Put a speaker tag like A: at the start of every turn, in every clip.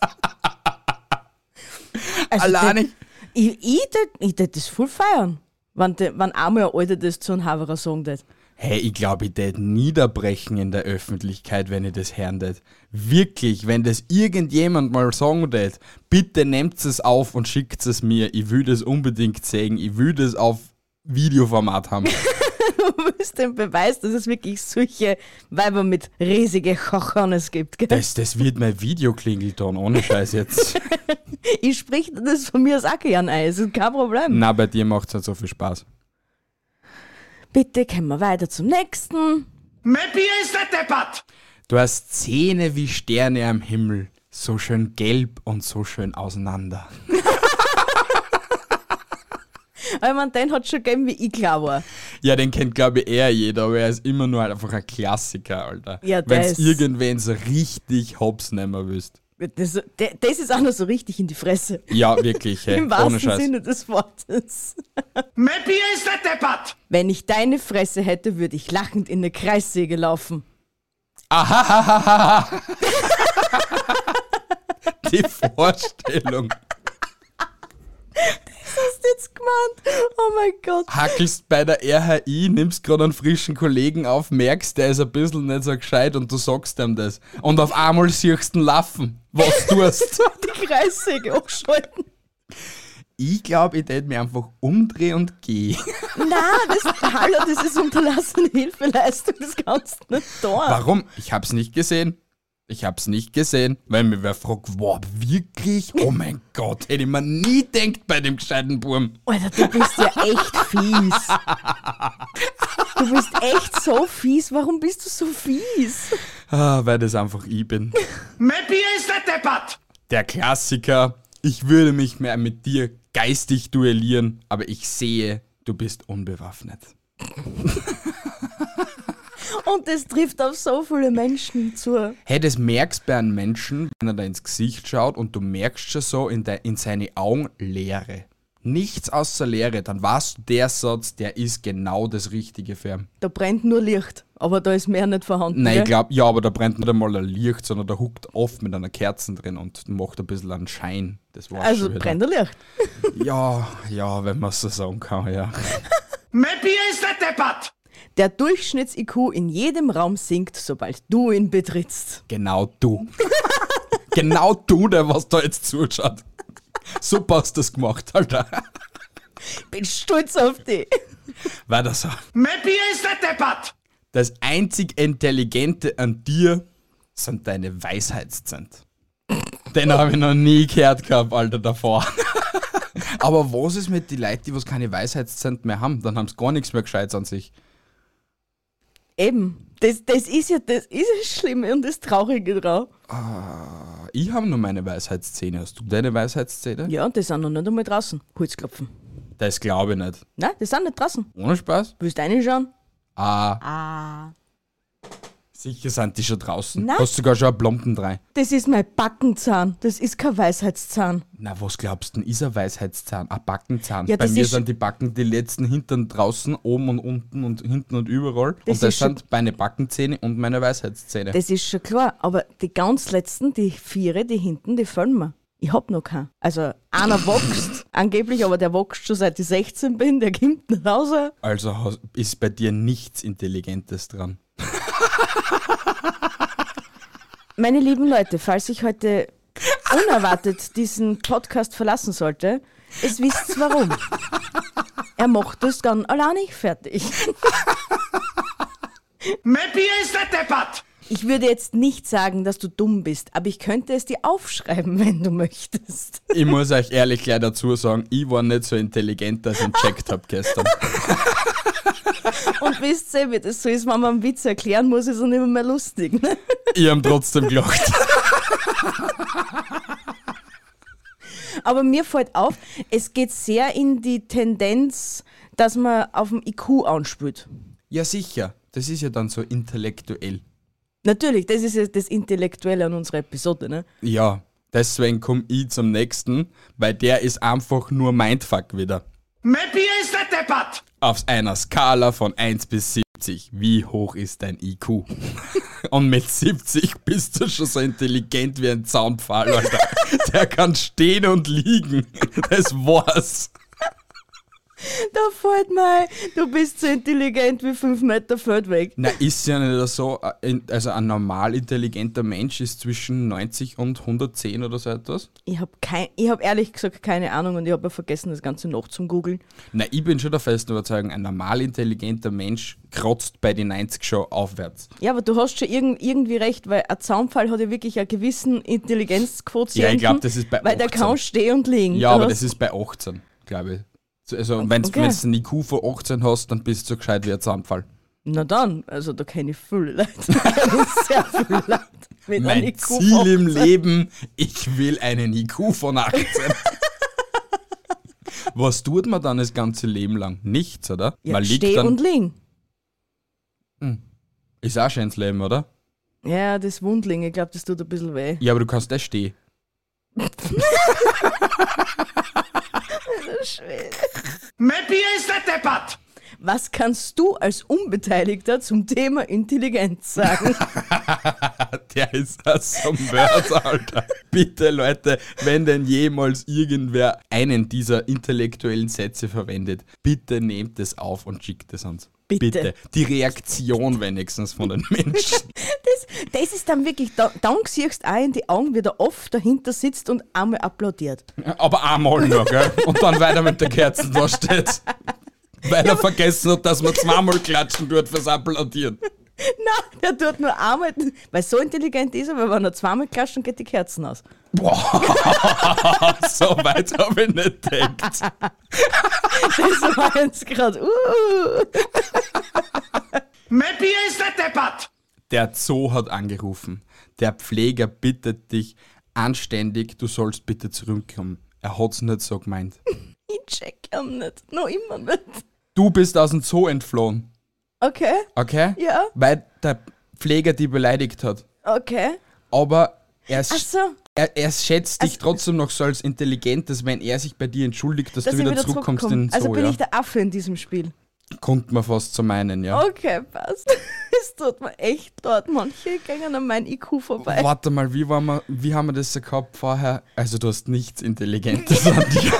A: Also
B: Alleine.
A: den- Ich, ich, tät- ich tät das voll feiern, wenn, de, wenn einmal ein Alter das zu einem Haverer sagen tät.
B: Hey, ich glaube, ich tät niederbrechen in der Öffentlichkeit, wenn ich das hören tät. Wirklich, wenn das irgendjemand mal sagen tät, bitte nehmt es auf und schickt es mir. Ich will das unbedingt sehen. Ich will das auf Videoformat haben.
A: Du bist den Beweis, dass es wirklich solche Weiber mit riesige Chochones gibt. Gell?
B: Das, das wird mein Videoklingelton, ohne Scheiß jetzt.
A: Ich sprich dir das von mir aus auch gerne ein, ist kein Problem.
B: Na, bei dir macht's nicht so viel Spaß.
A: Bitte kommen wir weiter zum nächsten.
C: Meppi ist der Deppert!
B: Du hast Zähne wie Sterne am Himmel, so schön gelb und so schön auseinander.
A: Aber ich mein, den hat schon gegeben, wie ich klar war.
B: Ja, den kennt, glaube ich, eher jeder, aber er ist immer nur halt einfach ein Klassiker, Alter.
A: Ja, der
B: Wenn
A: ist-
B: irgendwen so richtig hops nehmen willst.
A: Das, de- das ist auch noch so richtig in die Fresse.
B: Ja, wirklich, hey,
A: Im
B: ohne
A: wahrsten
B: Scheiß.
A: Sinne des Wortes.
C: Meppi ist der Deppert!
A: Wenn ich deine Fresse hätte, würde ich lachend in eine Kreissäge laufen.
B: Ahahaha. Die Vorstellung.
A: Hast du jetzt gemeint? Oh mein Gott.
B: Hackelst bei der RHI, nimmst gerade einen frischen Kollegen auf, merkst, der ist ein bisschen nicht so gescheit und du sagst ihm das. Und auf einmal siehst du ihn laufen, was du tust.
A: Die Kreissäge abschalten.
B: ich glaube, ich tät mich einfach umdrehen und gehen.
A: Nein, das, hallo, das ist unterlassene Hilfeleistung. Das kannst du nicht tun.
B: Warum? Ich hab's nicht gesehen. Ich hab's nicht gesehen, weil mir wer fragt, wow, wirklich? Oh mein Gott, hätte ich mir nie denkt bei dem gescheiten Burm.
A: Alter, du bist ja echt fies. Du bist echt so fies. Warum bist du so fies?
B: Ah, weil das einfach ich bin.
C: Meppi ist der Deppert!
B: Der Klassiker, ich würde mich mehr mit dir geistig duellieren, aber ich sehe, du bist unbewaffnet.
A: Und das trifft auf so viele Menschen zu.
B: Hey, das merkst bei einem Menschen, wenn er da ins Gesicht schaut und du merkst schon so in, de, in seine Augen Leere. nichts außer Leere, dann weißt du, der Satz, der ist genau das Richtige für ihn.
A: Da brennt nur Licht, aber da ist mehr nicht vorhanden.
B: Nein,
A: gell?
B: ich glaube, ja, aber da brennt nicht einmal ein Licht, sondern da huckt oft mit einer Kerze drin und macht ein bisschen einen Schein. Das war's
A: Also
B: schon wieder.
A: brennt ein Licht.
B: Ja, ja, wenn man so sagen kann, ja.
C: Maybe is that the butt.
A: Der Durchschnitts-IQ in jedem Raum sinkt, sobald du ihn betrittst.
B: Genau du. genau du, der was da jetzt zuschaut. Super hast du das gemacht, Alter.
A: Bin stolz auf dich.
B: Weiter so.
C: Maybe is that the butt.
B: Das einzig Intelligente an dir sind deine Weisheitszent. Den habe ich noch nie gehört gehabt, Alter, davor. Aber was ist mit den Leuten, die was keine Weisheitszent mehr haben? Dann haben sie gar nichts mehr Gescheites an sich.
A: Eben. Das, das ist ja das ist ja schlimm und das Traurige drauf.
B: Ich habe nur meine Weisheitszähne. Hast du deine Weisheitszähne?
A: Ja, und die sind noch nicht einmal draußen. Holzklopfen.
B: Das glaube ich nicht.
A: Nein, die sind nicht draußen.
B: Ohne Spaß?
A: Willst du reinschauen?
B: Ah. Sicher sind die schon draußen.
A: Na?
B: Hast sogar schon einen Plomben drei.
A: Das ist mein Backenzahn. Das ist kein Weisheitszahn.
B: Na, was glaubst du denn, ist ein Weisheitszahn? Ein Backenzahn.
A: Ja,
B: Bei
A: das
B: mir
A: ist-
B: sind die Backen die letzten hinten draußen, oben und unten und hinten und überall.
A: Das
B: und das
A: ist schon-
B: sind meine Backenzähne und meine Weisheitszähne.
A: Das ist schon klar, aber die ganz letzten, die Viere, die hinten, die fallen mir. Ich hab noch keinen. Also einer wächst, angeblich, aber der wächst schon seit ich 16 bin, der kommt nicht raus.
B: Also has- ist bei dir nichts Intelligentes dran.
A: Meine lieben Leute, falls ich heute unerwartet diesen Podcast verlassen sollte, es wisst warum. Er macht es dann alleine fertig.
C: Maybe is that the butt.
A: Ich würde jetzt nicht sagen, dass du dumm bist, aber ich könnte es dir aufschreiben, wenn du möchtest.
B: Ich muss euch ehrlich gleich dazu sagen, ich war nicht so intelligent, dass ich ihn checkt habe gestern.
A: Und wisst ihr, wie das so ist, wenn man einen Witz erklären muss, ist er nicht mehr lustig. Ne?
B: ich habe trotzdem gelacht.
A: Aber mir fällt auf, es geht sehr in die Tendenz, dass man auf dem IQ anspielt.
B: Ja, sicher. Das ist ja dann so intellektuell.
A: Natürlich, das ist ja das Intellektuelle an unserer Episode. Ne?
B: Ja, deswegen komme ich zum nächsten, weil der ist einfach nur Mindfuck wieder.
C: Maybe is that the butt.
B: Auf einer Skala von 1 bis 70, wie hoch ist dein IQ? Und mit 70 bist du schon so intelligent wie ein Zaunpfahl, Alter. Der kann stehen und liegen. Das war's.
A: Da fällt mir ein, du bist so intelligent wie 5 Meter Feldweg.
B: Na, ist ja nicht so. Also ein normal intelligenter Mensch ist zwischen 90 und 110 oder so etwas.
A: Ich habe hab ehrlich gesagt keine Ahnung und ich habe ja vergessen, das Ganze noch zum Googeln.
B: Na, ich bin schon der festen Überzeugung, ein normal intelligenter Mensch kratzt bei den 90 schon aufwärts.
A: Ja, aber du hast schon irgend, irgendwie recht, weil ein Zaunpfahl hat ja wirklich einen gewissen Intelligenzquotienten.
B: Ja, ich glaub, das ist bei
A: Weil der
B: 18.
A: kann stehen und liegen.
B: Ja,
A: Du
B: aber
A: hast-
B: das ist bei 18, glaube ich. So, Also, wenn
A: Ah, okay.
B: du einen IQ von 18 hast, dann bist du so gescheit wie ein Zahnfall.
A: Na dann, also da kenne ich viele Leute. Da kenne ich sehr viele Leute. Mit einem
B: Mein
A: IQ
B: Ziel im
A: von-
B: Leben, ich will einen IQ von 18. Was tut man dann das ganze Leben lang? Nichts, oder?
A: Ja,
B: man liegt
A: steh
B: dann.
A: und liegen.
B: ist auch schönes Leben, oder?
A: Ja, das Wundling, ich glaube, das tut ein bisschen weh.
B: Ja, aber du kannst das stehen.
C: Maybe is that the butt.
A: Was kannst du als Unbeteiligter zum Thema Intelligenz sagen?
B: Der ist auch so ein Wörter, Alter. Bitte, Leute, wenn denn jemals irgendwer einen dieser intellektuellen Sätze verwendet, bitte nehmt es auf und schickt es uns.
A: Bitte.
B: Die Reaktion wenigstens von den Menschen.
A: Das, das ist dann wirklich, da, dann siehst du auch in die Augen, wie der oft dahinter sitzt und einmal applaudiert.
B: Aber einmal nur, gell? Und dann weiter mit der Kerze da steht. Weil er vergessen hat, dass man zweimal klatschen tut fürs Applaudieren.
A: Nein, der tut nur einmal, weil so intelligent ist er, weil wenn er zweimal klatscht, dann geht die Kerzen aus.
B: So weit habe ich nicht gedacht.
A: Das war jetzt gerade, Also, uh.
C: Maybe is that the butt.
B: Der Zoo hat angerufen. Der Pfleger bittet dich anständig, du sollst bitte zurückkommen. Er hat's nicht so gemeint.
A: Ich check ihn nicht, noch immer nicht.
B: Du bist aus dem Zoo entflohen,
A: Okay,
B: okay?
A: Ja.
B: Weil der Pfleger dich beleidigt hat.
A: okay.
B: Aber er, sch-
A: Ach so. Also-
B: er, er schätzt dich trotzdem noch so als Intelligentes, wenn er sich bei dir entschuldigt, dass,
A: dass
B: du
A: ich
B: wieder,
A: wieder
B: zurückkommst
A: zurückkomme.
B: in so,
A: also bin
B: ja.
A: ich der Affe in diesem Spiel.
B: Kommt man fast zu meinen, ja.
A: Okay, passt. Es tut mir echt leid. Manche gingen an mein IQ vorbei.
B: Warte mal, wie, waren wir, wie haben wir das so gehabt vorher? Also du hast nichts Intelligentes an dir.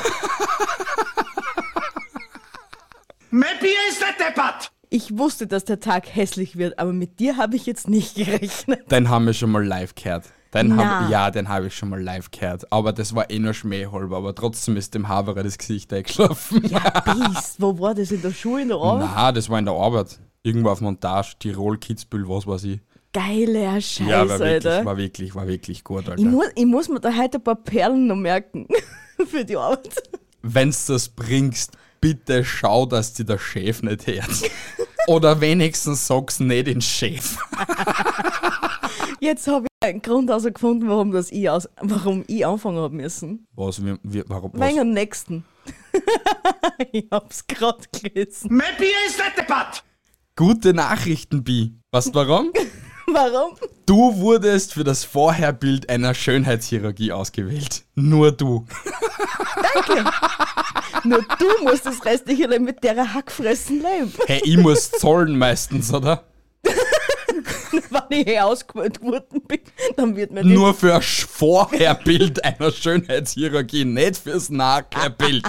C: Mais pieds étaient tes pattes
A: Ich wusste, dass der Tag hässlich wird, aber mit dir habe ich jetzt nicht gerechnet.
B: Den haben wir schon mal live gehört. Den
A: Na.
B: hab, ja, den habe ich schon mal live gehört. Aber das war eh nur Schmähhalber, aber trotzdem ist dem Haberer das Gesicht eingeschlafen.
A: Ja, Biest, wo war das? In der Schule, in der Arbeit?
B: Na, Ah, das war in der Arbeit. Irgendwo auf Montage, Tirol, Kitzbühel, was weiß ich.
A: Geiler Scheiß,
B: Ja, war wirklich,
A: Alter.
B: war wirklich, war wirklich gut,
A: ich,
B: Alter.
A: muss, ich muss mir da heute ein paar Perlen noch merken für die Arbeit.
B: Wenn's das bringst, bitte schau, dass dir der Chef nicht hört. Oder wenigstens sag's nicht den Chef.
A: Jetzt habe ich einen Grund also gefunden, warum, das ich, aus, warum ich anfangen habe müssen.
B: Was, wir, wir, warum, was?
A: Wegen am nächsten. ich hab's gerade gelesen.
C: Mes pieds étaient tes pattes
B: Gute Nachrichten, Bi. Weißt du warum?
A: Warum?
B: Du wurdest für das Vorherbild einer Schönheitschirurgie ausgewählt. Nur du.
A: Nur du musst das restliche Leben mit derer Hackfressen leben.
B: Hey, ich muss zollen meistens, oder?
A: Wenn ich hier ausgewählt worden bin, dann wird mir
B: Nur für das Vorherbild einer Schönheitschirurgie, nicht fürs Nachherbild.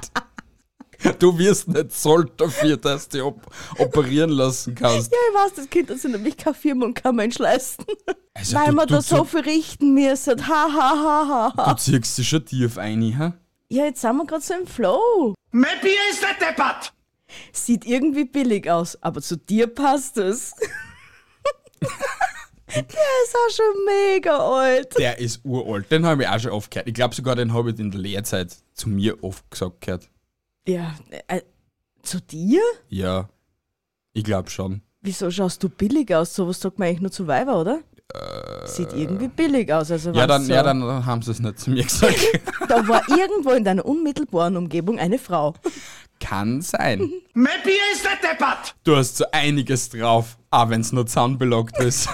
B: Du wirst nicht zollt dafür, dass du dich op operieren lassen kannst.
A: Ja, ich weiß, das Kind, das sind nämlich keine Firma und kein Mensch leisten.
B: Also,
A: Weil
B: du,
A: wir
B: du,
A: da so
B: du,
A: viel richten müssen. Ha, ha, ha, ha, ha.
B: du ziehst dich schon tief ein, ha?
A: Ja, jetzt sind wir gerade so im Flow.
C: Mes pieds étaient tes pattes
A: Sieht irgendwie billig aus, aber zu dir passt es. Der ist auch schon mega alt.
B: Der ist uralt, den habe ich auch schon oft gehört. Ich glaube sogar, den habe ich in der Lehrzeit zu mir oft gesagt gehört.
A: Ja, äh, zu dir?
B: Ja, ich glaube schon.
A: Wieso schaust du billig aus? Sowas sagt man eigentlich nur zu Weiber, oder? Sieht irgendwie billig aus. Also
B: Äh. Ja
A: wenn's
B: dann,
A: so.
B: ja, dann, dann haben sie es nicht zu mir gesagt.
A: Da war irgendwo in deiner unmittelbaren Umgebung eine Frau.
B: Kann sein.
C: Mes pieds étaient tes pattes
B: Du hast so einiges drauf, auch wenn es nur zahnbelockt ist.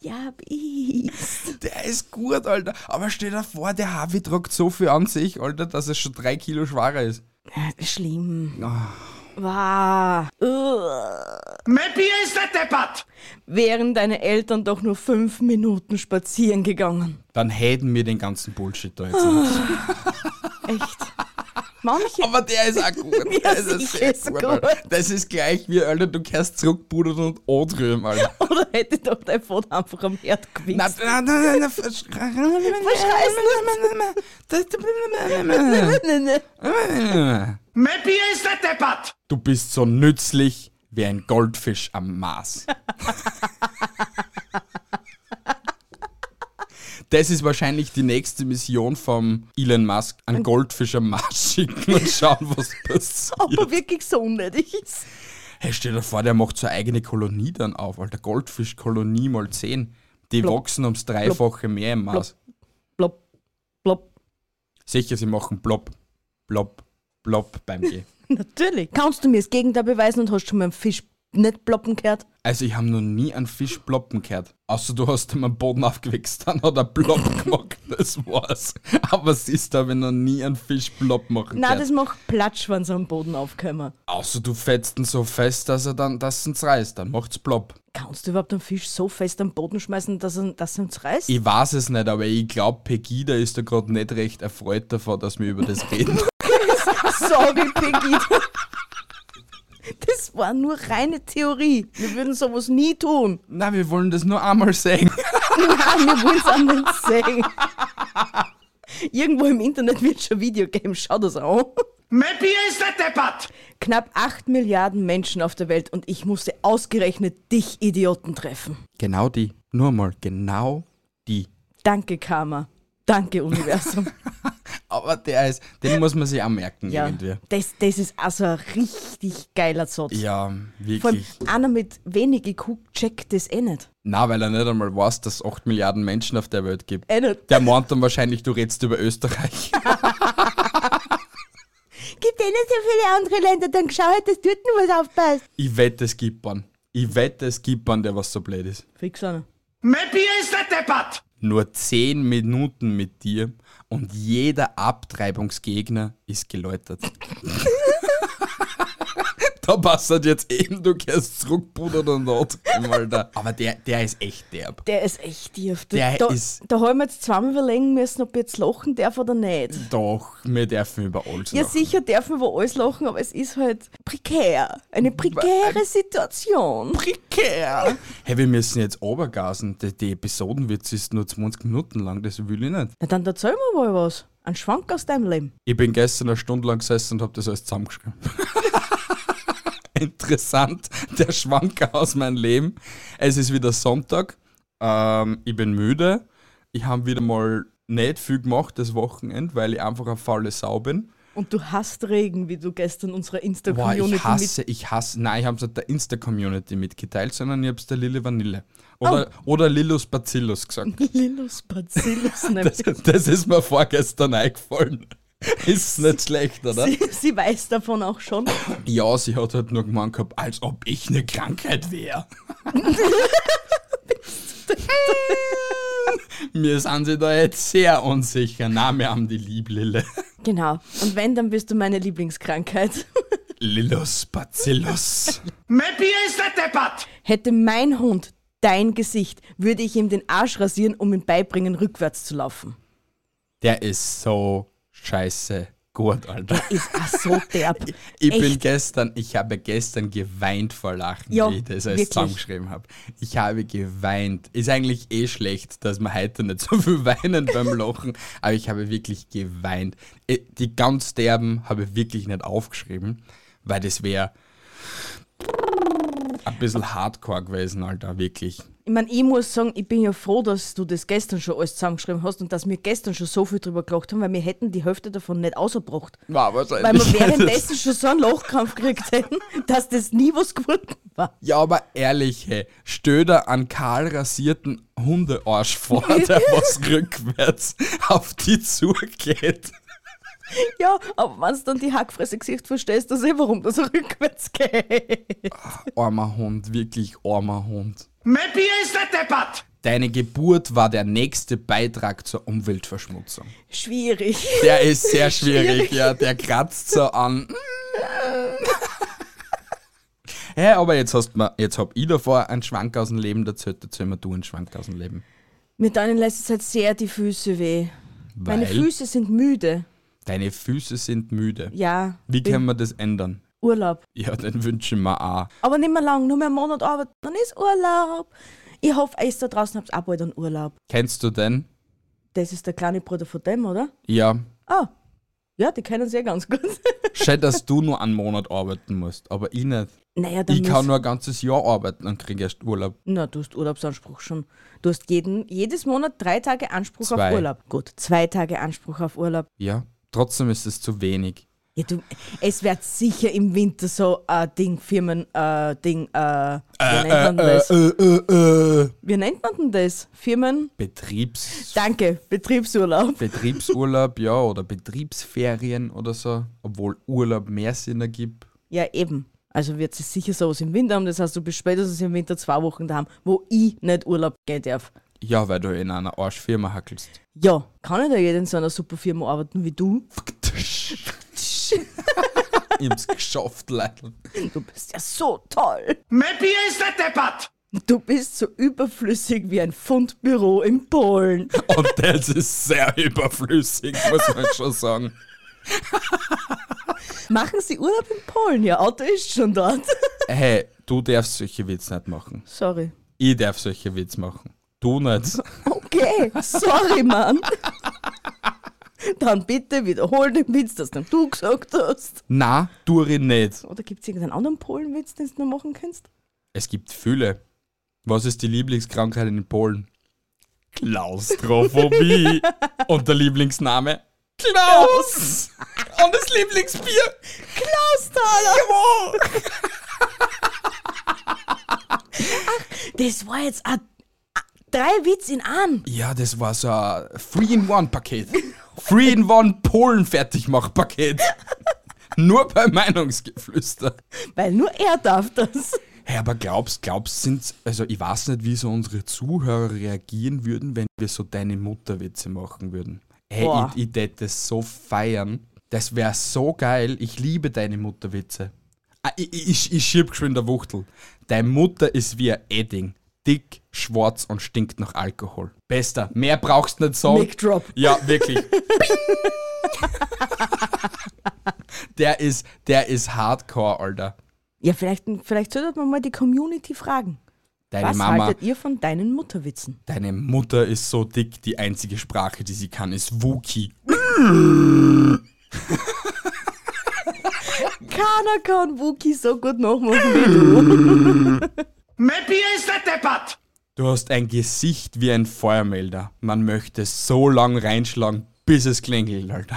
A: Ja, bis.
B: der ist gut, Alter. Aber stell dir vor, der Harvey tragt so viel an sich, Alter, dass es schon drei Kilo schwerer ist. Ah.
A: Schlimm. Wow. Ugh.
C: Mes pieds étaient tes pattes
A: Wären deine Eltern doch nur fünf Minuten spazieren gegangen.
B: Dann hätten wir den ganzen Bullshit da jetzt nicht.
A: Echt. Manche.
B: Aber der ist auch gut.
A: Ja,
B: Der ist,
A: sicher
B: sehr
A: ist er
B: gut,
A: gut.
B: Alter. Das ist gleich wie, Alter, du kehrst zurückpudern und Odrüm, Alter.
A: Oder hätte doch dein Vater einfach am Herd gewichst.
B: Na, na, na, na, na, versch-
A: Nein, nein.
C: Mes pieds étaient tes pattes
B: Äh. Du bist so nützlich wie ein Goldfisch am Mars. Das ist wahrscheinlich die nächste Mission vom Elon Musk, einen Goldfisch am Mars schicken und schauen, was
A: Ob er
B: passiert.
A: wirklich so unnötig ist.
B: Hey, stell dir vor, der macht so eine eigene Kolonie dann auf, Alter. Goldfischkolonie mal 10. Die wachsen ums Dreifache mehr im Mars.
A: Blopp, blopp.
B: Sicher, sie machen blopp, blopp, blopp beim G.
A: Natürlich. Kannst du mir das Gegenteil beweisen und hast schon mal einen Fisch nicht ploppen gehört?
B: Also ich habe noch nie einen Fisch ploppen gehört. Außer du hast ihm am Boden aufgewichst, dann hat er plopp gemacht, das war's. Aber siehst du, habe ich noch nie einen Fisch plopp machen
A: Nein, das
B: gehört.
A: macht Platsch, wenn sie am Boden aufkommen.
B: Außer du fetzt ihn so fest, dass er dann, dass es reißt, dann macht's plopp.
A: Kannst du überhaupt einen Fisch so fest am Boden schmeißen, dass er, dass er uns reißt?
B: Ich weiß es nicht, aber ich glaube, Pegida ist da gerade nicht recht erfreut davon, dass wir über das reden.
A: Sorry, Peggy. Das war nur reine Theorie. Wir würden sowas nie tun.
B: Na, wir wollen das nur einmal sehen.
A: Nein, wir wollen es auch nicht sehen. Irgendwo im Internet wird schon Videogame. Schau das an.
C: Mes pieds étaient tes pattes
A: Knapp 8 Milliarden Menschen auf der Welt und ich musste ausgerechnet dich Idioten treffen.
B: Genau die. Nur mal, genau die.
A: Danke, Karma. Danke, Universum.
B: Aber der ist, den muss man sich auch merken
A: ja,
B: irgendwie.
A: das, das ist also ein richtig geiler Zott.
B: Ja,
A: Vor allem
B: wirklich.
A: einer mit wenig IQ checkt das eh nicht.
B: Na, weil er nicht einmal weiß, dass es 8 Milliarden Menschen auf der Welt gibt.
A: Eh nicht.
B: Der meint dann wahrscheinlich, du redest über Österreich.
A: Gibt eh nicht so viele andere Länder, dann schau halt, dass dort noch was aufpasst.
B: ich wette, es gibt einen. Ich wette, es gibt einen, der was so blöd ist.
A: Fix einer.
C: Mes pieds deppert!
B: Nur 10 Minuten mit dir und jeder Abtreibungsgegner ist geläutert. da passt halt jetzt eben, du kehrst zurück, Bruder, dann dort. Alter. Aber der, der ist echt derb.
A: Der ist echt tief. Da,
B: Der
A: da,
B: ist-
A: da haben wir jetzt zweimal überlegen müssen, ob ich jetzt lachen darf oder nicht.
B: Doch, wir dürfen über alles
A: Ja,
B: lachen.
A: sicher dürfen wir alles lachen, aber es ist halt prekär. Eine prekäre Situation.
B: Prekär. Hey, wir müssen jetzt obergasen. Die, die Episodenwitz ist nur 20 Minuten lang, das will ich nicht.
A: Na dann erzähl mir mal was. Ein Schwank aus deinem Leben.
B: Ich bin gestern eine Stunde lang gesessen und habe das alles zusammengeschrieben. Interessant, der Schwanker aus meinem Leben. Es ist wieder Sonntag. Ähm, ich bin müde. Ich habe wieder mal nicht viel gemacht das Wochenende, weil ich einfach eine faule Sau bin.
A: Und du hast Regen, wie du gestern unserer
B: Boah,
A: Insta-Community
B: ich
A: mit...
B: hasse, ich hasse. Nein, ich habe es nicht der Insta-Community mitgeteilt, sondern ich habe es der Lille Vanille. Oder, oder Lilus Bacillus gesagt.
A: Lilus Bacillus
B: Das,
A: nämlich.
B: das ist mir vorgestern eingefallen. Ist nicht schlecht, oder?
A: Sie, sie weiß davon auch schon.
B: Ja, sie hat halt nur gemeint gehabt, als ob ich eine Krankheit wäre. Mir sind sie da jetzt sehr unsicher. Na, wir haben die lieb Lille.
A: Genau. Und wenn, dann bist du meine Lieblingskrankheit.
B: Lillus Bacillus.
C: Mepi ist der deppert!
A: Hätte mein Hund dein Gesicht, würde ich ihm den Arsch rasieren, um ihm beibringen, rückwärts zu laufen.
B: Der ist so scheiße gut, Alter.
A: Ist auch so derb.
B: Ich
A: Echt.
B: bin gestern, ich habe gestern geweint vor Lachen,
A: Ja,
B: wie ich das
A: wirklich.
B: alles zusammengeschrieben habe. Ich habe geweint. Ist eigentlich eh schlecht, dass wir heute nicht so viel weinen beim Lachen, aber ich habe wirklich geweint. Äh, Die ganz derben habe ich wirklich nicht aufgeschrieben, weil das wäre ein bisschen hardcore gewesen, Alter, wirklich.
A: Ich meine, ich muss sagen, ich bin ja froh, dass du das gestern schon alles zusammengeschrieben hast und dass wir gestern schon so viel drüber gelacht haben, weil wir hätten die Hälfte davon nicht ausgebracht.
B: War
A: Weil wir währenddessen schon so einen Lochkampf gekriegt hätten, dass das nie was geworden war.
B: Ja, aber ehrlich, hey, stöder an kahl rasierten Hundearsch vor, der was rückwärts auf die zugeht.
A: Ja, aber wenn du dann die Hackfresse Gesicht verstehst, du eh, warum das rückwärts geht.
B: Armer Hund, wirklich armer Hund.
C: Mepi ist der deppert!
B: Deine Geburt war der nächste Beitrag zur Umweltverschmutzung.
A: Schwierig.
B: Der ist sehr schwierig, ja, der kratzt so an. Hä, aber jetzt hast ma, jetzt hab ich davor einen Schwank aus dem Leben, dazu erzähl mir du einen Schwank aus dem Leben.
A: Mir tun in letzter Zeit halt sehr die Füße weh. Meine
B: Weil
A: Füße sind müde.
B: deine Füße sind müde.
A: Ja,
B: Wie können wir das ändern?
A: Urlaub.
B: Ja, den wünsche ich mir auch.
A: Aber nicht mehr lang, nur mehr einen Monat arbeiten, dann ist Urlaub. Ich hoffe, ihr da draußen habt auch bald einen Urlaub.
B: Kennst du den?
A: Das ist der kleine Bruder von dem, oder?
B: Ja.
A: Ah, ja, die kennen sie ja ganz gut.
B: Schön, dass du nur einen Monat arbeiten musst, aber ich nicht.
A: naja, dann
B: Ich kann
A: müssen-
B: nur ein ganzes Jahr arbeiten und kriege erst Urlaub.
A: Na, du hast Urlaubsanspruch schon. Du hast jeden, jedes Monat drei Tage Anspruch auf
B: Zwei.
A: Urlaub. Gut, zwei Tage Anspruch auf Urlaub.
B: Ja. Trotzdem ist es zu wenig.
A: Ja, du, es wird sicher im Winter so ein Ding, Firmen, äh, Ding, äh, wie nennt man das?
B: äh,
A: Wie nennt man denn das? Firmen?
B: Betriebs
A: Danke, Betriebsurlaub.
B: Betriebsurlaub, ja, oder Betriebsferien oder so. Obwohl Urlaub mehr Sinn ergibt.
A: Ja, eben. Also wird es sicher sowas im Winter haben. Das heißt, du bist spätestens im Winter zwei Wochen daheim, wo ich nicht Urlaub gehen darf.
B: Ja, weil du in einer Arschfirma hackelst.
A: Ja, kann ich da jeder in so einer super Firma arbeiten wie du?
B: Ich hab's geschafft, Leute.
A: Du bist ja so toll.
C: Mepi ist der deppert!
A: Du bist so überflüssig wie ein Fundbüro in Polen.
B: Und das ist sehr überflüssig, muss man schon sagen.
A: Machen Sie Urlaub in Polen? Ja, Auto ist schon dort.
B: Hey, du darfst solche Witze nicht machen.
A: Sorry.
B: Ich darf solche Witze machen. Du nicht.
A: Mhm. Okay, sorry, Mann. Dann bitte wiederhol den Witz, das dann du gesagt hast.
B: Na, tu ich nicht.
A: Oder gibt es irgendeinen anderen Polenwitz, den du noch machen kannst?
B: Es gibt viele. Was ist die Lieblingskrankheit in Polen? Klaustrophobie. Und der Lieblingsname? Klaus. Und das Lieblingsbier?
A: Klausthaler! Jawohl! Ach, das war jetzt ein, ein- drei Witz in einem.
B: Ja, das war so ein Three-in-One-Paket. Three-in-One Polen-Fertigmach-Paket. Nur bei Meinungsgeflüster.
A: Weil nur er darf das.
B: Hey, aber glaubst, glaubst, sind's, also ich weiß nicht, wie so unsere Zuhörer reagieren würden, wenn wir so deine Mutterwitze machen würden. Hey,
A: Boah.
B: ich, ich tät das so feiern. Das wäre so geil. Ich liebe deine Mutterwitze. Ah, ich, ich- ich, ich schieb geschwind der Wuchtel. Deine Mutter ist wie ein Edding. Dick, schwarz und stinkt nach Alkohol. Bester, mehr brauchst du nicht sagen.
A: Mic drop.
B: Ja, wirklich. der ist, der ist hardcore, Alter.
A: Ja, vielleicht, vielleicht sollte man mal die Community fragen.
B: Deine
A: Was
B: Mama,
A: haltet ihr von deinen Mutterwitzen?
B: deine Mutter ist so dick, die einzige Sprache, die sie kann, ist Wookie.
A: Keiner kann Wookie so gut nachmachen wie du.
C: Mais pièces de tes pattes
B: Du hast ein Gesicht wie ein Feuermelder. Man möchte so lang reinschlagen, bis es klingelt, Alter.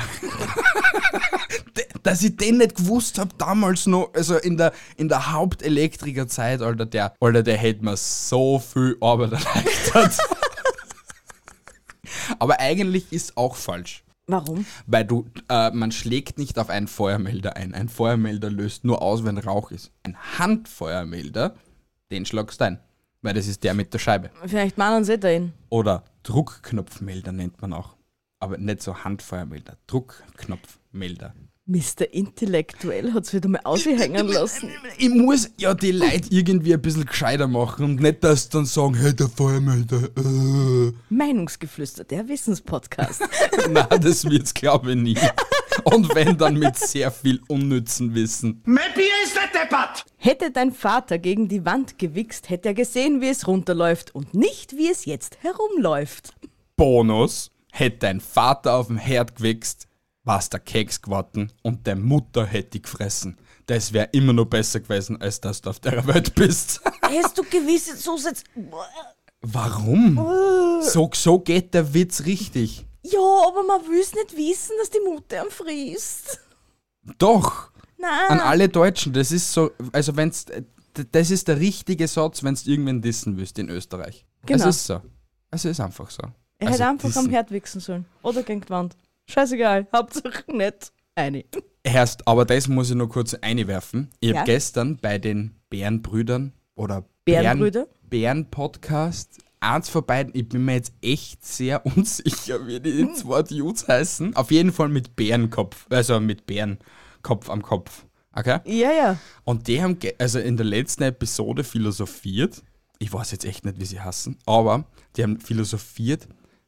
B: D- Dass ich den nicht gewusst habe damals noch, also in der, in der Hauptelektrikerzeit, Alter, der, Alter, der hätte mir so viel Arbeit erleichtert. Aber eigentlich ist auch falsch.
A: Warum?
B: Weil du, äh, man schlägt nicht auf einen Feuermelder ein. Ein Feuermelder löst nur aus, wenn Rauch ist. Ein Handfeuermelder, den schlagst du ein. Weil das ist der mit der Scheibe.
A: Vielleicht meinen sie da ihn.
B: Oder Druckknopfmelder nennt man auch. Aber nicht so Handfeuermelder, Druckknopfmelder.
A: Mr. Intellektuell hat es wieder mal aushängen lassen.
B: Ich muss ja die Leute irgendwie ein bisschen gescheiter machen und nicht, dass sie dann sagen, hey, der Feuermelder, äh.
A: Meinungsgeflüster, der Wissenspodcast.
B: Nein, das wird's glaube ich nie. Und wenn, dann mit sehr viel unnützen Wissen.
C: Mais pièces de tes pattes
A: Hätte dein Vater gegen die Wand gewichst, hätte er gesehen, wie es runterläuft und nicht, wie es jetzt herumläuft.
B: Bonus, hätte dein Vater auf dem Herd gewichst, war's der Keks geworden und deine Mutter hätte dich gefressen. Das wäre immer noch besser gewesen, als dass du auf der Welt bist.
A: Hast du gewisse Zusatz... Äh.
B: Warum? So, so geht der Witz richtig.
A: Ja, aber man will's nicht wissen, dass die Mutter am frisst.
B: Doch, an
A: Nein.
B: alle Deutschen, das ist so, also wenn's, d- das ist der richtige Satz, wenn du irgendwen dissen willst in Österreich.
A: Genau.
B: Es ist so. Es ist einfach so.
A: er
B: also
A: hätte einfach am
B: diesen-
A: Herd wichsen sollen. Oder gegen die Wand. Scheißegal, Hauptsache nicht. Eine.
B: Herst, aber das muss ich nur kurz einwerfen. Ich hab
A: Ja.
B: habe gestern bei den Bärenbrüdern oder
A: Bärenbrüder?
B: Bären-Podcast eins von beiden, ich bin mir jetzt echt sehr unsicher, wie die
A: Hm.
B: zwei Dudes heißen. Auf jeden Fall mit Bärenkopf, also mit Bärenkopf am Kopf. Okay?
A: Ja, ja.
B: Und die haben, ge- also in der letzten Episode philosophiert, ich weiß jetzt echt nicht, wie sie hassen, aber die haben philosophiert,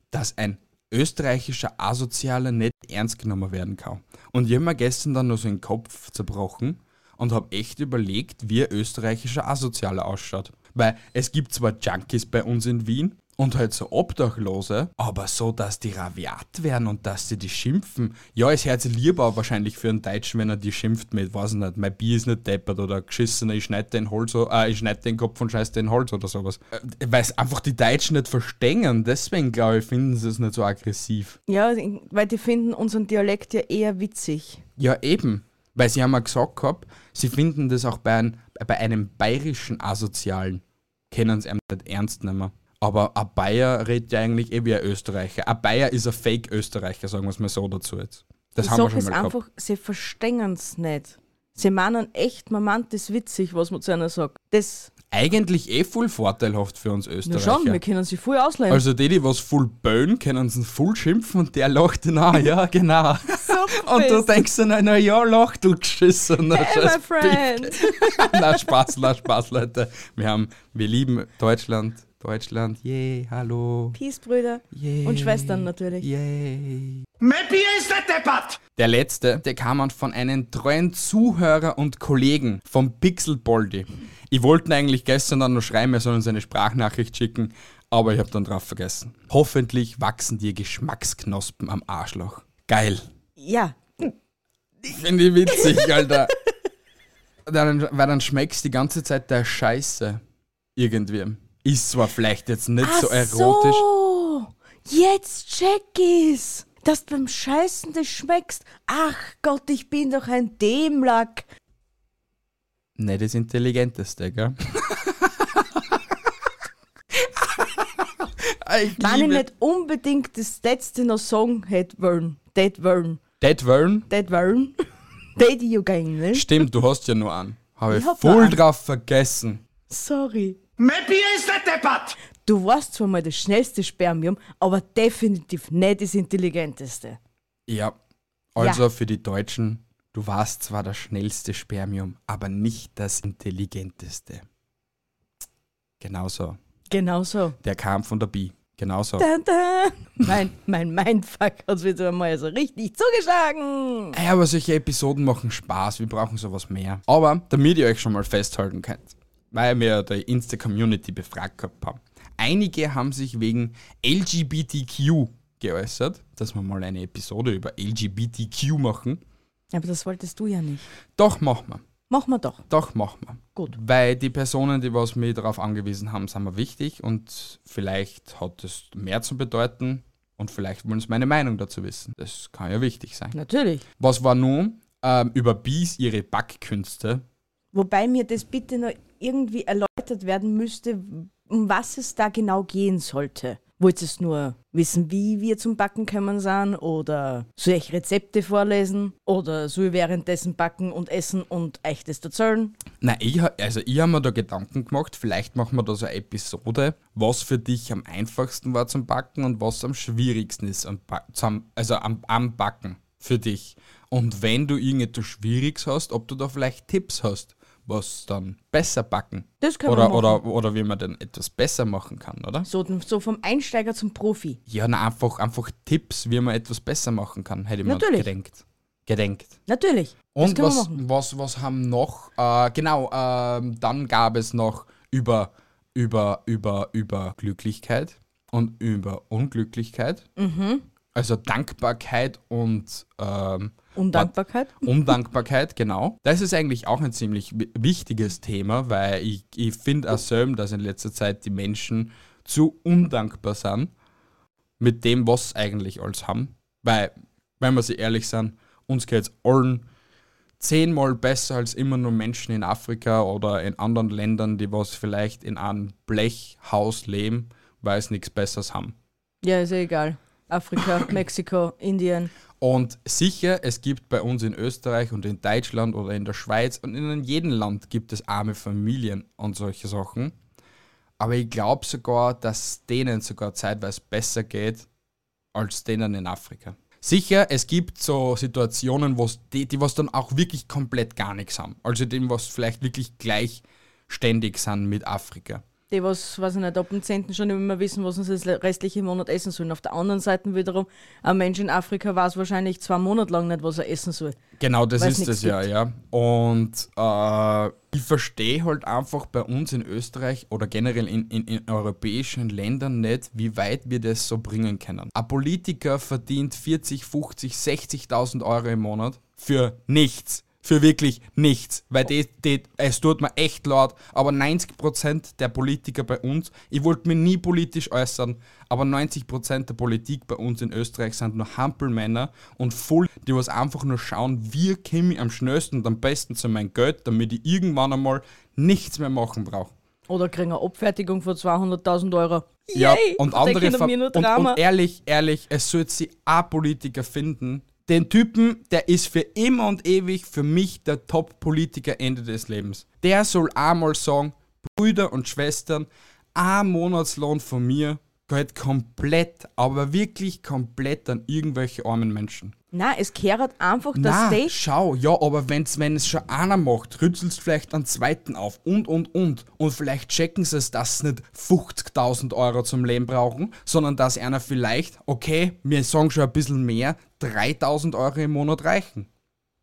B: dass ein österreichischer Asozialer nicht ernst genommen werden kann. Und ich habe mir gestern dann nur so den Kopf zerbrochen und habe echt überlegt, wie ein österreichischer Asozialer ausschaut. Weil es gibt zwar Junkies bei uns in Wien und halt so Obdachlose, aber so, dass die raviat werden und dass sie die schimpfen. Ja, es hört sich lieber an wahrscheinlich für einen Deutschen, wenn er die schimpft mit, weiß ich nicht, mein Bier ist nicht deppert oder geschissen, ich schneide den Holz, äh, ich schneide den Kopf und scheiß den Holz oder sowas. Äh, Weil es einfach die Deutschen nicht verstehen, deswegen glaube ich, finden sie es nicht so aggressiv.
A: Ja, weil die finden unseren Dialekt ja eher witzig.
B: Ja, eben. Weil sie haben ja gesagt gehabt, sie finden das auch bei, ein, bei einem bayerischen Asozialen, können sie einem nicht ernst nehmen. Aber ein Bayer redet ja eigentlich eh wie ein Österreicher. Ein Bayer ist ein Fake-Österreicher, sagen wir es mal so dazu jetzt. Das
A: Die
B: haben wir
A: Sache
B: schon
A: ist
B: mal gehabt.
A: einfach, sie verstehen's nicht. Sie meinen echt, man meint das witzig, was man zu einer sagt. Das,
B: Eigentlich eh voll vorteilhaft für uns
A: na
B: Österreicher.
A: schon, wir können sie voll ausleihen.
B: also die, die was voll böen, können sie voll schimpfen und der lacht ihn an. Ja, genau. und du
A: bist.
B: denkst dir, na na ja, lach du geschissener
A: hey, my
B: Scheiß
A: friend. Peace, Brüder.
B: yay.
A: Und Schwestern natürlich.
B: Yay.
C: Mais pièces de tes pattes
B: Der letzte, der kam an von einem treuen Zuhörer und Kollegen vom Pixel Baldi. Ich wollte ihn eigentlich gestern dann noch schreiben, er soll uns eine Sprachnachricht schicken, aber ich habe dann drauf vergessen. Hoffentlich wachsen dir Geschmacksknospen am Arschloch. Geil.
A: Ja,
B: Finde ich witzig, Alter. Dann, weil dann schmeckst die ganze Zeit der Scheiße. Irgendwie. Ist zwar vielleicht jetzt nicht so erotisch.
A: So, jetzt check ich's. Dass du beim Scheißen das schmeckst. Ach Gott, ich bin doch ein Dämlack.
B: Nicht das Intelligenteste, gell? ich
A: Wenn ich
B: liebe-
A: nicht unbedingt das letzte noch sagen hätte wollen. Dead wollen.
B: Dead Worm?
A: Dead wollen. Dead you gang, ne?
B: Stimmt, du hast ja nur einen. Habe ich
A: Ich hab
B: voll
A: nur
B: drauf vergessen.
A: Sorry.
C: Mais puis ist der Deppert!
A: Du warst zwar mal das schnellste Spermium, aber definitiv nicht das intelligenteste.
B: Ja. Also für die Deutschen, du warst zwar das schnellste Spermium, aber nicht das intelligenteste. Genauso.
A: Genau so.
B: Der kam von der Bi. Genauso.
A: Dun, dun. Mein, mein Mindfuck hat wieder einmal so richtig zugeschlagen.
B: Ja, aber solche Episoden machen Spaß, wir brauchen sowas mehr. Aber damit ihr euch schon mal festhalten könnt, weil wir ja die Insta-Community befragt gehabt haben. Einige haben sich wegen LGBTQ geäußert, dass wir mal eine Episode über LGBTQ machen.
A: Aber das wolltest du ja nicht.
B: Doch, machen wir.
A: Machen wir doch.
B: Doch, machen wir.
A: Gut.
B: Weil die Personen, die was mir darauf angewiesen haben, sind mir wichtig und vielleicht hat es mehr zu bedeuten und vielleicht wollen sie meine Meinung dazu wissen. Das kann ja wichtig sein.
A: Natürlich.
B: Was war nun ähm, über Bees ihre Backkünste?
A: Wobei mir das bitte noch irgendwie erläutert werden müsste, um was es da genau gehen sollte. Wollt ihr es nur wissen, wie wir zum Backen kommen sind? Oder soll ich Rezepte vorlesen? Oder soll ich währenddessen backen und essen und euch das erzählen?
B: Na, ich, ha- also ich habe mir da Gedanken gemacht, vielleicht machen wir da so eine Episode, was für dich am einfachsten war zum Backen und was am schwierigsten ist am, ba zum, also am, am Backen für dich. Und wenn du irgendetwas Schwieriges hast, ob du da vielleicht Tipps hast, was dann besser backen.
A: Das können
B: oder,
A: wir machen.
B: oder, oder wie man dann etwas besser machen kann, oder?
A: So, so vom Einsteiger zum Profi.
B: Ja, na, einfach, einfach Tipps, wie man etwas besser machen kann, hätte ich mir
A: Natürlich.
B: gedenkt. Gedenkt.
A: Natürlich. Das
B: Und
A: können wir
B: was,
A: machen.
B: was, was haben noch? Äh, genau, ähm, dann gab es noch über, über, über, über Glücklichkeit und über Unglücklichkeit. Also Dankbarkeit und ähm,
A: Undankbarkeit.
B: Undankbarkeit, genau. Das ist eigentlich auch ein ziemlich wi- wichtiges Thema, weil ich, ich finde auch selber, dass in letzter Zeit die Menschen zu undankbar sind mit dem, was sie eigentlich alles haben. Weil, wenn wir sie ehrlich sind, uns geht es allen zehnmal besser als immer nur Menschen in Afrika oder in anderen Ländern, die was vielleicht in einem Blechhaus leben, weil sie nichts Besseres haben.
A: Ja, ist ja egal. Afrika, Mexiko, Indien.
B: Und sicher, es gibt bei uns in Österreich und in Deutschland oder in der Schweiz und in jedem Land gibt es arme Familien und solche Sachen. Aber ich glaube sogar, dass denen sogar zeitweise besser geht als denen in Afrika. Sicher, es gibt so Situationen, wo's die, die was dann auch wirklich komplett gar nichts haben. Also dem, was vielleicht wirklich gleichständig sind mit Afrika.
A: Die, was, weiß ich nicht, ab dem 10. schon immer wissen, was sie das restliche Monat essen sollen. Auf der anderen Seite wiederum, ein Mensch in Afrika weiß wahrscheinlich zwei Monate lang nicht, was er essen soll.
B: Genau, das
A: Weil's
B: ist
A: nix
B: es ja,
A: gibt.
B: ja. Und äh, ich verstehe halt einfach bei uns in Österreich oder generell in, in, in europäischen Ländern nicht, wie weit wir das so bringen können. Ein Politiker verdient 40, 50, 60.000 Euro im Monat für nichts. Für wirklich nichts. Weil die, die, es tut mir echt laut, aber 90% der Politiker bei uns, ich wollte mich nie politisch äußern, aber 90% der Politik bei uns in Österreich sind nur Hampelmänner und voll, die was einfach nur schauen, wie komme ich am schnellsten und am besten zu meinem Geld, damit ich irgendwann einmal nichts mehr machen brauche.
A: Oder kriegen eine Abfertigung von 200.000 Euro.
B: Ja,
A: Yay,
B: und
A: da denken
B: andere
A: wir
B: Ver
A: nur
B: und,
A: Drama.
B: und ehrlich, ehrlich, es sollte sie auch Politiker finden. Den Typen, der ist für immer und ewig für mich der Top-Politiker Ende des Lebens. Der soll einmal sagen, Brüder und Schwestern, ein Monatslohn von mir geht komplett, aber wirklich komplett an irgendwelche armen Menschen.
A: Nein, es kehrt einfach,
B: Na,
A: dass die
B: schau, ja, aber wenn's, wenn es schon einer macht, rützelst vielleicht einen zweiten auf und und und. Und vielleicht checken sie es, dass sie nicht 50.000 Euro zum Leben brauchen, sondern dass einer vielleicht, okay, wir sagen schon ein bisschen mehr, 3.000 Euro im Monat reichen.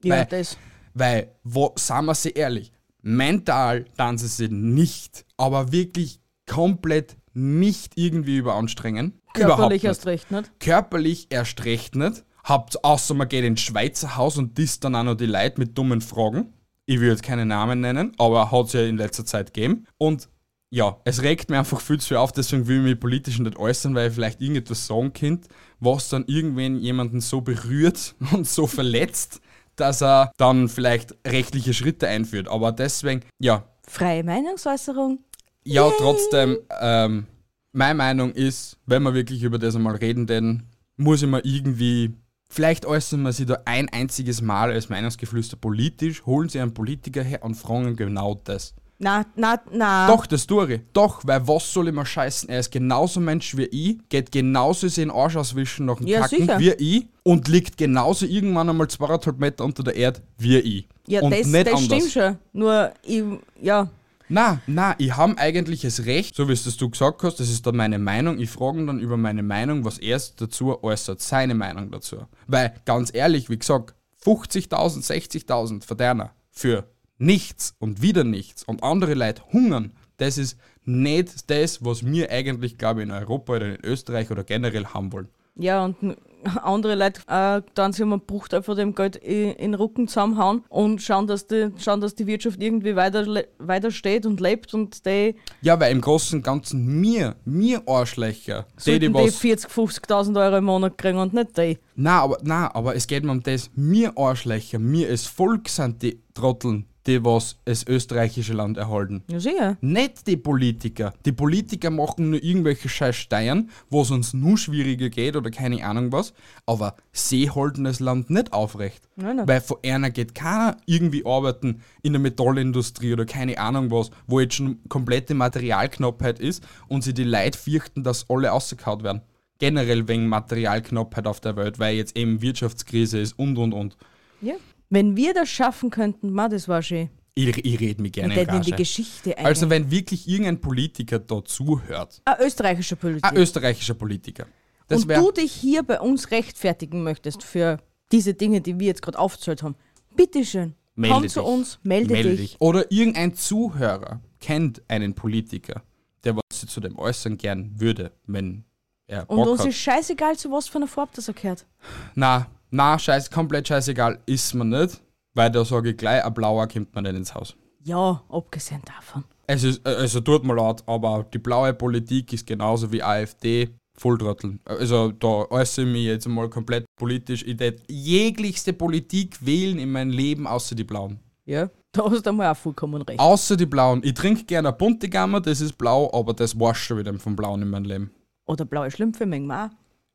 A: ja,
B: weil-
A: das.
B: Weil, wo, sagen wir sie ehrlich, mental dann sie sich nicht, aber wirklich komplett nicht irgendwie überanstrengen. Überhaupt
A: Körperlich
B: nicht
A: erst recht, nicht?
B: körperlich erst recht nicht. Habt, außer man geht ins Schweizer Haus und disst dann auch noch die Leute mit dummen Fragen. Ich will jetzt keine Namen nennen, aber hat es ja in letzter Zeit gegeben. Und ja, es regt mir einfach viel zu viel auf, deswegen will ich mich politisch nicht äußern, weil ich vielleicht irgendetwas sagen könnte, was dann irgendwen jemanden so berührt und so verletzt, dass er dann vielleicht rechtliche Schritte einführt. Aber deswegen, ja,
A: Freie Meinungsäußerung.
B: ja, trotzdem, ähm, meine Meinung ist, wenn wir wirklich über das einmal reden, denn muss ich mal irgendwie, vielleicht äußern wir sie da ein einziges Mal als Meinungsgeflüster politisch, holen sie einen Politiker her und fragen genau das.
A: Na, na, na.
B: Doch, das tue ich. Doch, weil was soll ich mir scheißen? Er ist genauso Mensch wie ich, geht genauso in Arsch auswischen nach dem
A: Ja,
B: Kacken
A: sicher.
B: wie ich und liegt genauso irgendwann einmal zweieinhalb Meter unter der Erde wie ich.
A: Ja,
B: und
A: das,
B: nicht
A: das
B: anders.
A: stimmt schon. Nur, ich, ja,
B: Na, na, ich habe eigentlich das Recht, so wie es das du gesagt hast, das ist dann meine Meinung. Ich frage ihn dann über meine Meinung, was er dazu äußert, seine Meinung dazu. Weil, ganz ehrlich, wie gesagt, 50.000, 60.000 Verdiener für nichts und wieder nichts und andere Leute hungern, das ist nicht das, was wir eigentlich, glaube ich, in Europa oder in Österreich oder generell haben wollen.
A: ja, und n- andere Leute äh, dann sich immer Bruchteil von dem Geld i- in den Rücken zusammenhauen und schauen, dass die, schauen, dass die Wirtschaft irgendwie weiter, le- weiter steht und lebt und die
B: Ja, weil im Großen und Ganzen mir, mir Arschlöcher, die, die
A: sollten die
B: was
A: 40.000, 50.000 Euro im Monat kriegen und nicht die.
B: Na, aber, na, aber es geht mir um das. Mir Arschlöcher, mir es Volk sind die Trotteln, die was das österreichische Land erhalten.
A: Ja, sicher.
B: Nicht die Politiker. Die Politiker machen nur irgendwelche scheiß Steuern, wo es uns nur schwieriger geht oder keine Ahnung was. Aber sie halten das Land nicht aufrecht.
A: Nein, nein.
B: Weil von einer geht keiner irgendwie arbeiten in der Metallindustrie oder keine Ahnung was, wo jetzt schon komplette Materialknappheit ist und sie die Leute fürchten, dass alle ausgekaut werden. Generell wegen Materialknappheit auf der Welt, weil jetzt eben Wirtschaftskrise ist und und und.
A: Ja. Wenn wir das schaffen könnten, ma, das war schön.
B: Ich, ich rede mich gerne
A: Wir
B: in
A: hätten in die
B: Rage.
A: Geschichte ein.
B: Also wenn wirklich irgendein Politiker da zuhört,
A: ein österreichischer Politiker.
B: ein Ah, österreichischer Politiker. Das
A: und du
B: wäre
A: dich hier bei uns rechtfertigen möchtest für diese Dinge, die wir jetzt gerade aufgezählt haben, bitteschön, komm zu uns, melde, dich.
B: Oder irgendein Zuhörer kennt einen Politiker, der was sie zu dem äußern gern würde, wenn er
A: Und
B: Bock
A: uns
B: hat.
A: ist scheißegal, zu was für einer Farbe das er gehört.
B: Na, na, scheiß, komplett scheißegal ist man nicht, weil da sage ich gleich, ein Blauer kommt man nicht ins Haus.
A: Ja, abgesehen davon.
B: Es ist, äh, also tut mir leid, aber die blaue Politik ist genauso wie AfD. Volltrotteln. Also da äußere ich mich jetzt mal komplett politisch. Ich tät jeglichste Politik wählen in meinem Leben, außer die Blauen.
A: Ja. Da hast du mal auch vollkommen recht.
B: Außer die Blauen. Ich trinke gerne eine bunte Gamma, das ist blau, aber das war's schon wieder vom Blauen in meinem Leben.
A: Oder blaue Schlümpfe, mengen wir auch.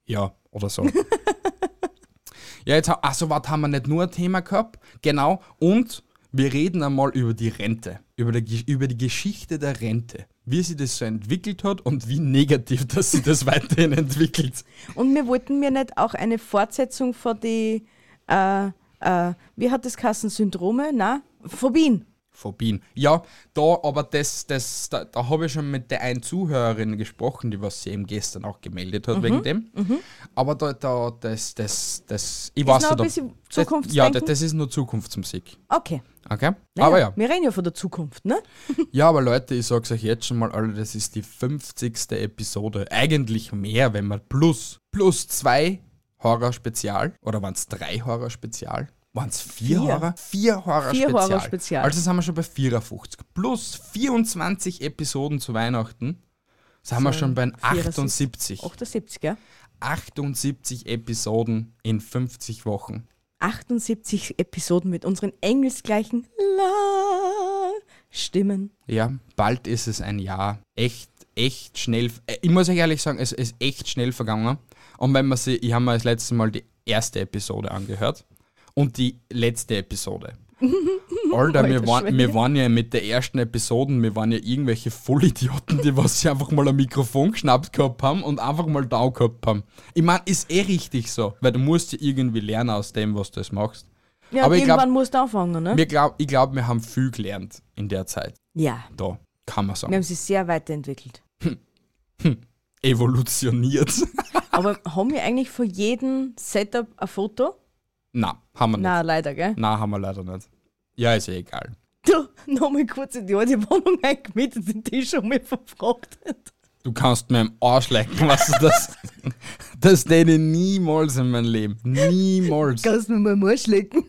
B: Ja, oder so. ja, jetzt, ha- also was haben wir nicht nur ein Thema gehabt? Genau, und wir reden einmal über die Rente, über die, Ge- über die Geschichte der Rente, wie sie das so entwickelt hat und wie negativ, dass sie das weiterhin entwickelt.
A: Und wir wollten mir nicht auch eine Fortsetzung von die, äh, äh, wie hat das Kassen Syndrome? Na, Phobien.
B: Von Wien. Ja, da, aber das, das, da, da habe ich schon mit der einen Zuhörerin gesprochen, die was sie eben gestern auch gemeldet
A: Mhm,
B: hat wegen dem. Aber da, da, das, das, das, ich weiß
A: noch ein
B: nicht, ob- das,
A: bisschen
B: Ja, das,
A: Zukunftsdenken?
B: das ist nur Zukunftsmusik.
A: Okay.
B: Okay?
A: Naja,
B: aber ja.
A: Wir reden ja von der Zukunft, ne?
B: Ja, aber Leute, ich sag's euch jetzt schon mal alle, das ist die 50. Episode. Eigentlich mehr, wenn man plus, plus zwei Horror-Spezial, oder waren's drei Horror-Spezial? Waren's vier,
A: Vier.
B: Horror? Vier Horror-Spezial.
A: Vier Horror-Spezial.
B: Also sind wir schon bei 54. Plus 24 Episoden zu Weihnachten sind wir schon bei 78.
A: 78, ja?
B: 78 Episoden in 50 Wochen.
A: 78 Episoden mit unseren engelsgleichen La Stimmen.
B: Ja, bald ist es ein Jahr. Echt, echt schnell. äh, Ich muss euch ehrlich sagen, es ist echt schnell vergangen. Und wenn man sich, ich habe mir das letzte Mal die erste Episode angehört und die letzte Episode. Alter, wir
A: Alter
B: waren,
A: Schwede.
B: wir waren ja mit der ersten Episoden, wir waren ja irgendwelche Vollidioten, die was sich einfach mal ein Mikrofon geschnappt gehabt haben und einfach mal da gehabt haben. Ich meine, ist eh richtig so, weil du musst ja irgendwie lernen aus dem, was du jetzt machst.
A: Ja,
B: Aber
A: und
B: ich glaub-
A: irgendwann musst du anfangen, ne?
B: Wir glaub, ich glaube, wir haben viel gelernt in der Zeit.
A: Ja,
B: Da kann man sagen.
A: wir haben sie sehr weiterentwickelt.
B: evolutioniert.
A: Aber haben wir eigentlich von jedem Setup ein Foto?
B: Na, haben wir nicht.
A: Na, leider, gell?
B: Na, haben wir leider nicht. Ja, ist ja egal.
A: Du, nochmal kurz in die alte Wohnung eingemietet, den Tisch schon mal verfragt hat.
B: Du kannst mir im Arsch lecken, was du das. das täte ich niemals in meinem Leben. Niemals.
A: Kannst du mir mal schlecken?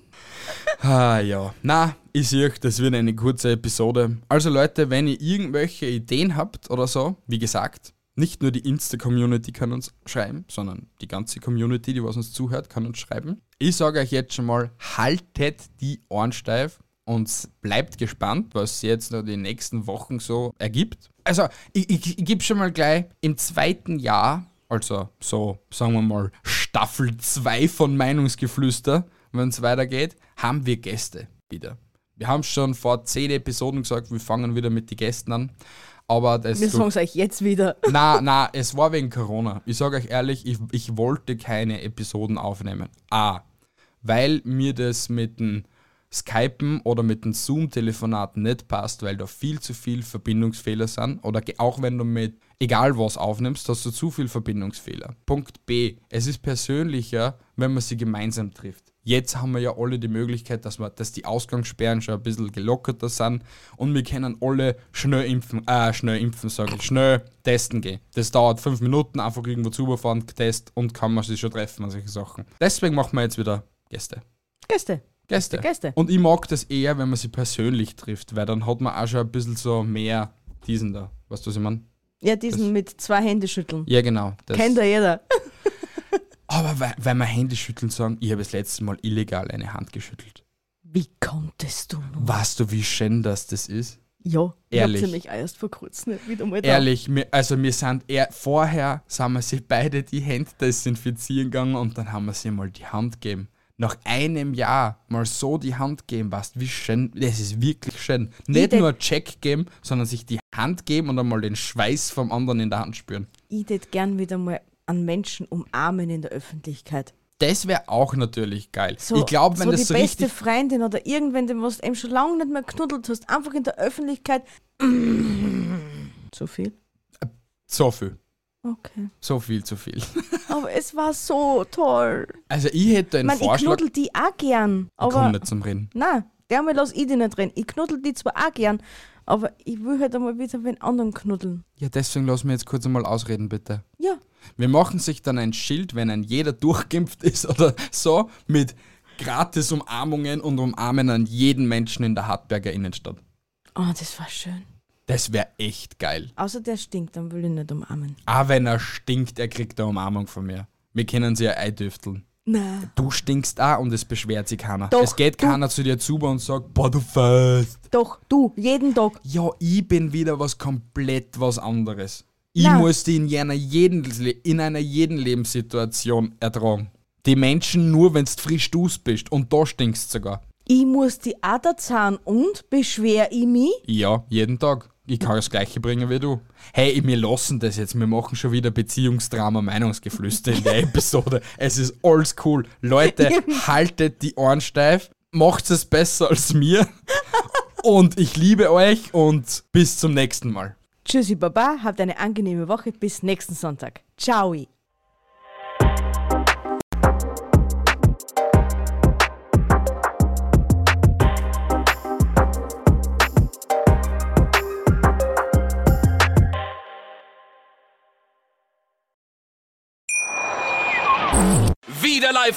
B: Ah ja. Na, ich sehe, das wird eine kurze Episode. Also Leute, wenn ihr irgendwelche Ideen habt oder so, wie gesagt, nicht nur die Insta-Community kann uns schreiben, sondern die ganze Community, die was uns zuhört, kann uns schreiben. Ich sage euch jetzt schon mal, haltet die Ohren steif und s- bleibt gespannt, was sich jetzt noch die nächsten Wochen so ergibt. Also, ich, ich, ich gebe schon mal gleich, im zweiten Jahr, also so, sagen wir mal, Staffel 2 von Meinungsgeflüster, wenn es weitergeht, haben wir Gäste wieder. Wir haben schon vor zehn Episoden gesagt, wir fangen wieder mit den Gästen an. Aber das
A: Wir
B: tut-
A: sagen es euch jetzt wieder.
B: na, na, es war wegen Corona. Ich sage euch ehrlich, ich, ich wollte keine Episoden aufnehmen. A, weil mir das mit dem Skypen oder mit dem Zoom-Telefonat nicht passt, weil da viel zu viel Verbindungsfehler sind. Oder ge- auch wenn du mit egal was aufnimmst, hast du zu viel Verbindungsfehler. Punkt B, es ist persönlicher, wenn man sie gemeinsam trifft. Jetzt haben wir ja alle die Möglichkeit, dass, wir, dass die Ausgangssperren schon ein bisschen gelockerter sind und wir können alle schnell impfen, äh, schnell impfen, sage ich, schnell testen gehen. Das dauert fünf Minuten, einfach irgendwo zufahren, Test und kann man sich schon treffen und solche Sachen. Deswegen machen wir jetzt wieder Gäste.
A: Gäste.
B: Gäste.
A: Gäste.
B: Und ich mag das eher, wenn man sie persönlich trifft, weil dann hat man auch schon ein bisschen so mehr diesen da. Weißt du, was ich meine?
A: Ja, diesen mit zwei Händen schütteln.
B: Ja, genau. Das.
A: Kennt ja jeder.
B: Aber weil, weil wir Hände schütteln sagen, ich habe das letzte Mal illegal eine Hand geschüttelt.
A: Wie konntest du nur?
B: Weißt du, wie schön das, das ist?
A: Ja,
B: Ehrlich.
A: ich hab nämlich erst vor kurzem nicht wieder mal da.
B: Ehrlich, mir, also wir sind eher, vorher sind wir sich beide die Hände desinfizieren gegangen und dann haben wir sie mal die Hand gegeben. Nach einem Jahr mal so die Hand geben, weißt wie schön, das ist wirklich schön. Nicht
A: denk-
B: nur Check geben, sondern sich die Hand geben und einmal den Schweiß vom anderen in der Hand spüren.
A: Ich tät gern wieder mal an Menschen umarmen in der Öffentlichkeit.
B: Das wäre auch natürlich geil. ich glaube, wenn
A: so
B: das
A: die
B: so
A: beste
B: richtig
A: Freundin oder irgendwen, den was du eben schon lange nicht mehr knuddelt hast, einfach in der Öffentlichkeit. mm, Zu viel?
B: so viel,
A: Okay.
B: so viel zu viel.
A: Aber es war so toll.
B: Also ich hätte einen
A: Ich meine, ich
B: Vorschlag.
A: knuddel die auch gern.
B: Ich komm
A: Aber
B: nicht zum Reden.
A: nein, dermal lass ich die nicht rein. Ich knuddel die zwar auch gern, aber ich will halt einmal wieder wen anderen knuddeln.
B: Ja, deswegen lass mich jetzt kurz einmal ausreden, bitte.
A: Ja,
B: Wir machen sich dann ein Schild, wenn ein jeder durchgeimpft ist oder so, mit gratis Umarmungen und umarmen an jeden Menschen in der Hartberger Innenstadt.
A: oh, das war schön.
B: Das wäre echt geil.
A: Außer der stinkt, dann will ich nicht umarmen.
B: Auch wenn er stinkt, er kriegt eine Umarmung von mir. Wir können sie ja eindüfteln.
A: Na,
B: Du stinkst auch und es beschwert sich keiner.
A: Doch,
B: es geht
A: du-
B: keiner zu dir zu und sagt, boah, du fällst.
A: doch, du, jeden Tag.
B: Ja, ich bin wieder was komplett was anderes. Ich
A: Nein.
B: musste in einer, jeden, Le- in einer jeden Lebenssituation ertragen. Die Menschen nur, wenn du frisch dus bist. Und da stinkst sogar.
A: Ich muss die Ader zahlen und beschwer ich mich?
B: Ja, jeden Tag. Ich kann das Gleiche bringen wie du. Hey, wir lassen das jetzt. Wir machen schon wieder Beziehungsdrama, Meinungsgeflüster in der Episode. Es ist alles cool. Leute, haltet die Ohren steif. Macht es besser als mir. Und ich liebe euch und bis zum nächsten Mal.
A: Tschüssi Baba, habt eine angenehme Woche, bis nächsten Sonntag. Ciao.
D: Wieder live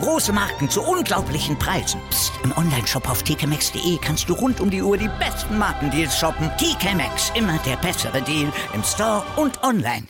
E: große Marken zu unglaublichen Preisen. Psst. Im Onlineshop auf tkmaxx.de kannst du rund um die Uhr die besten Markendeals shoppen. TK Maxx, immer der bessere Deal im Store und online.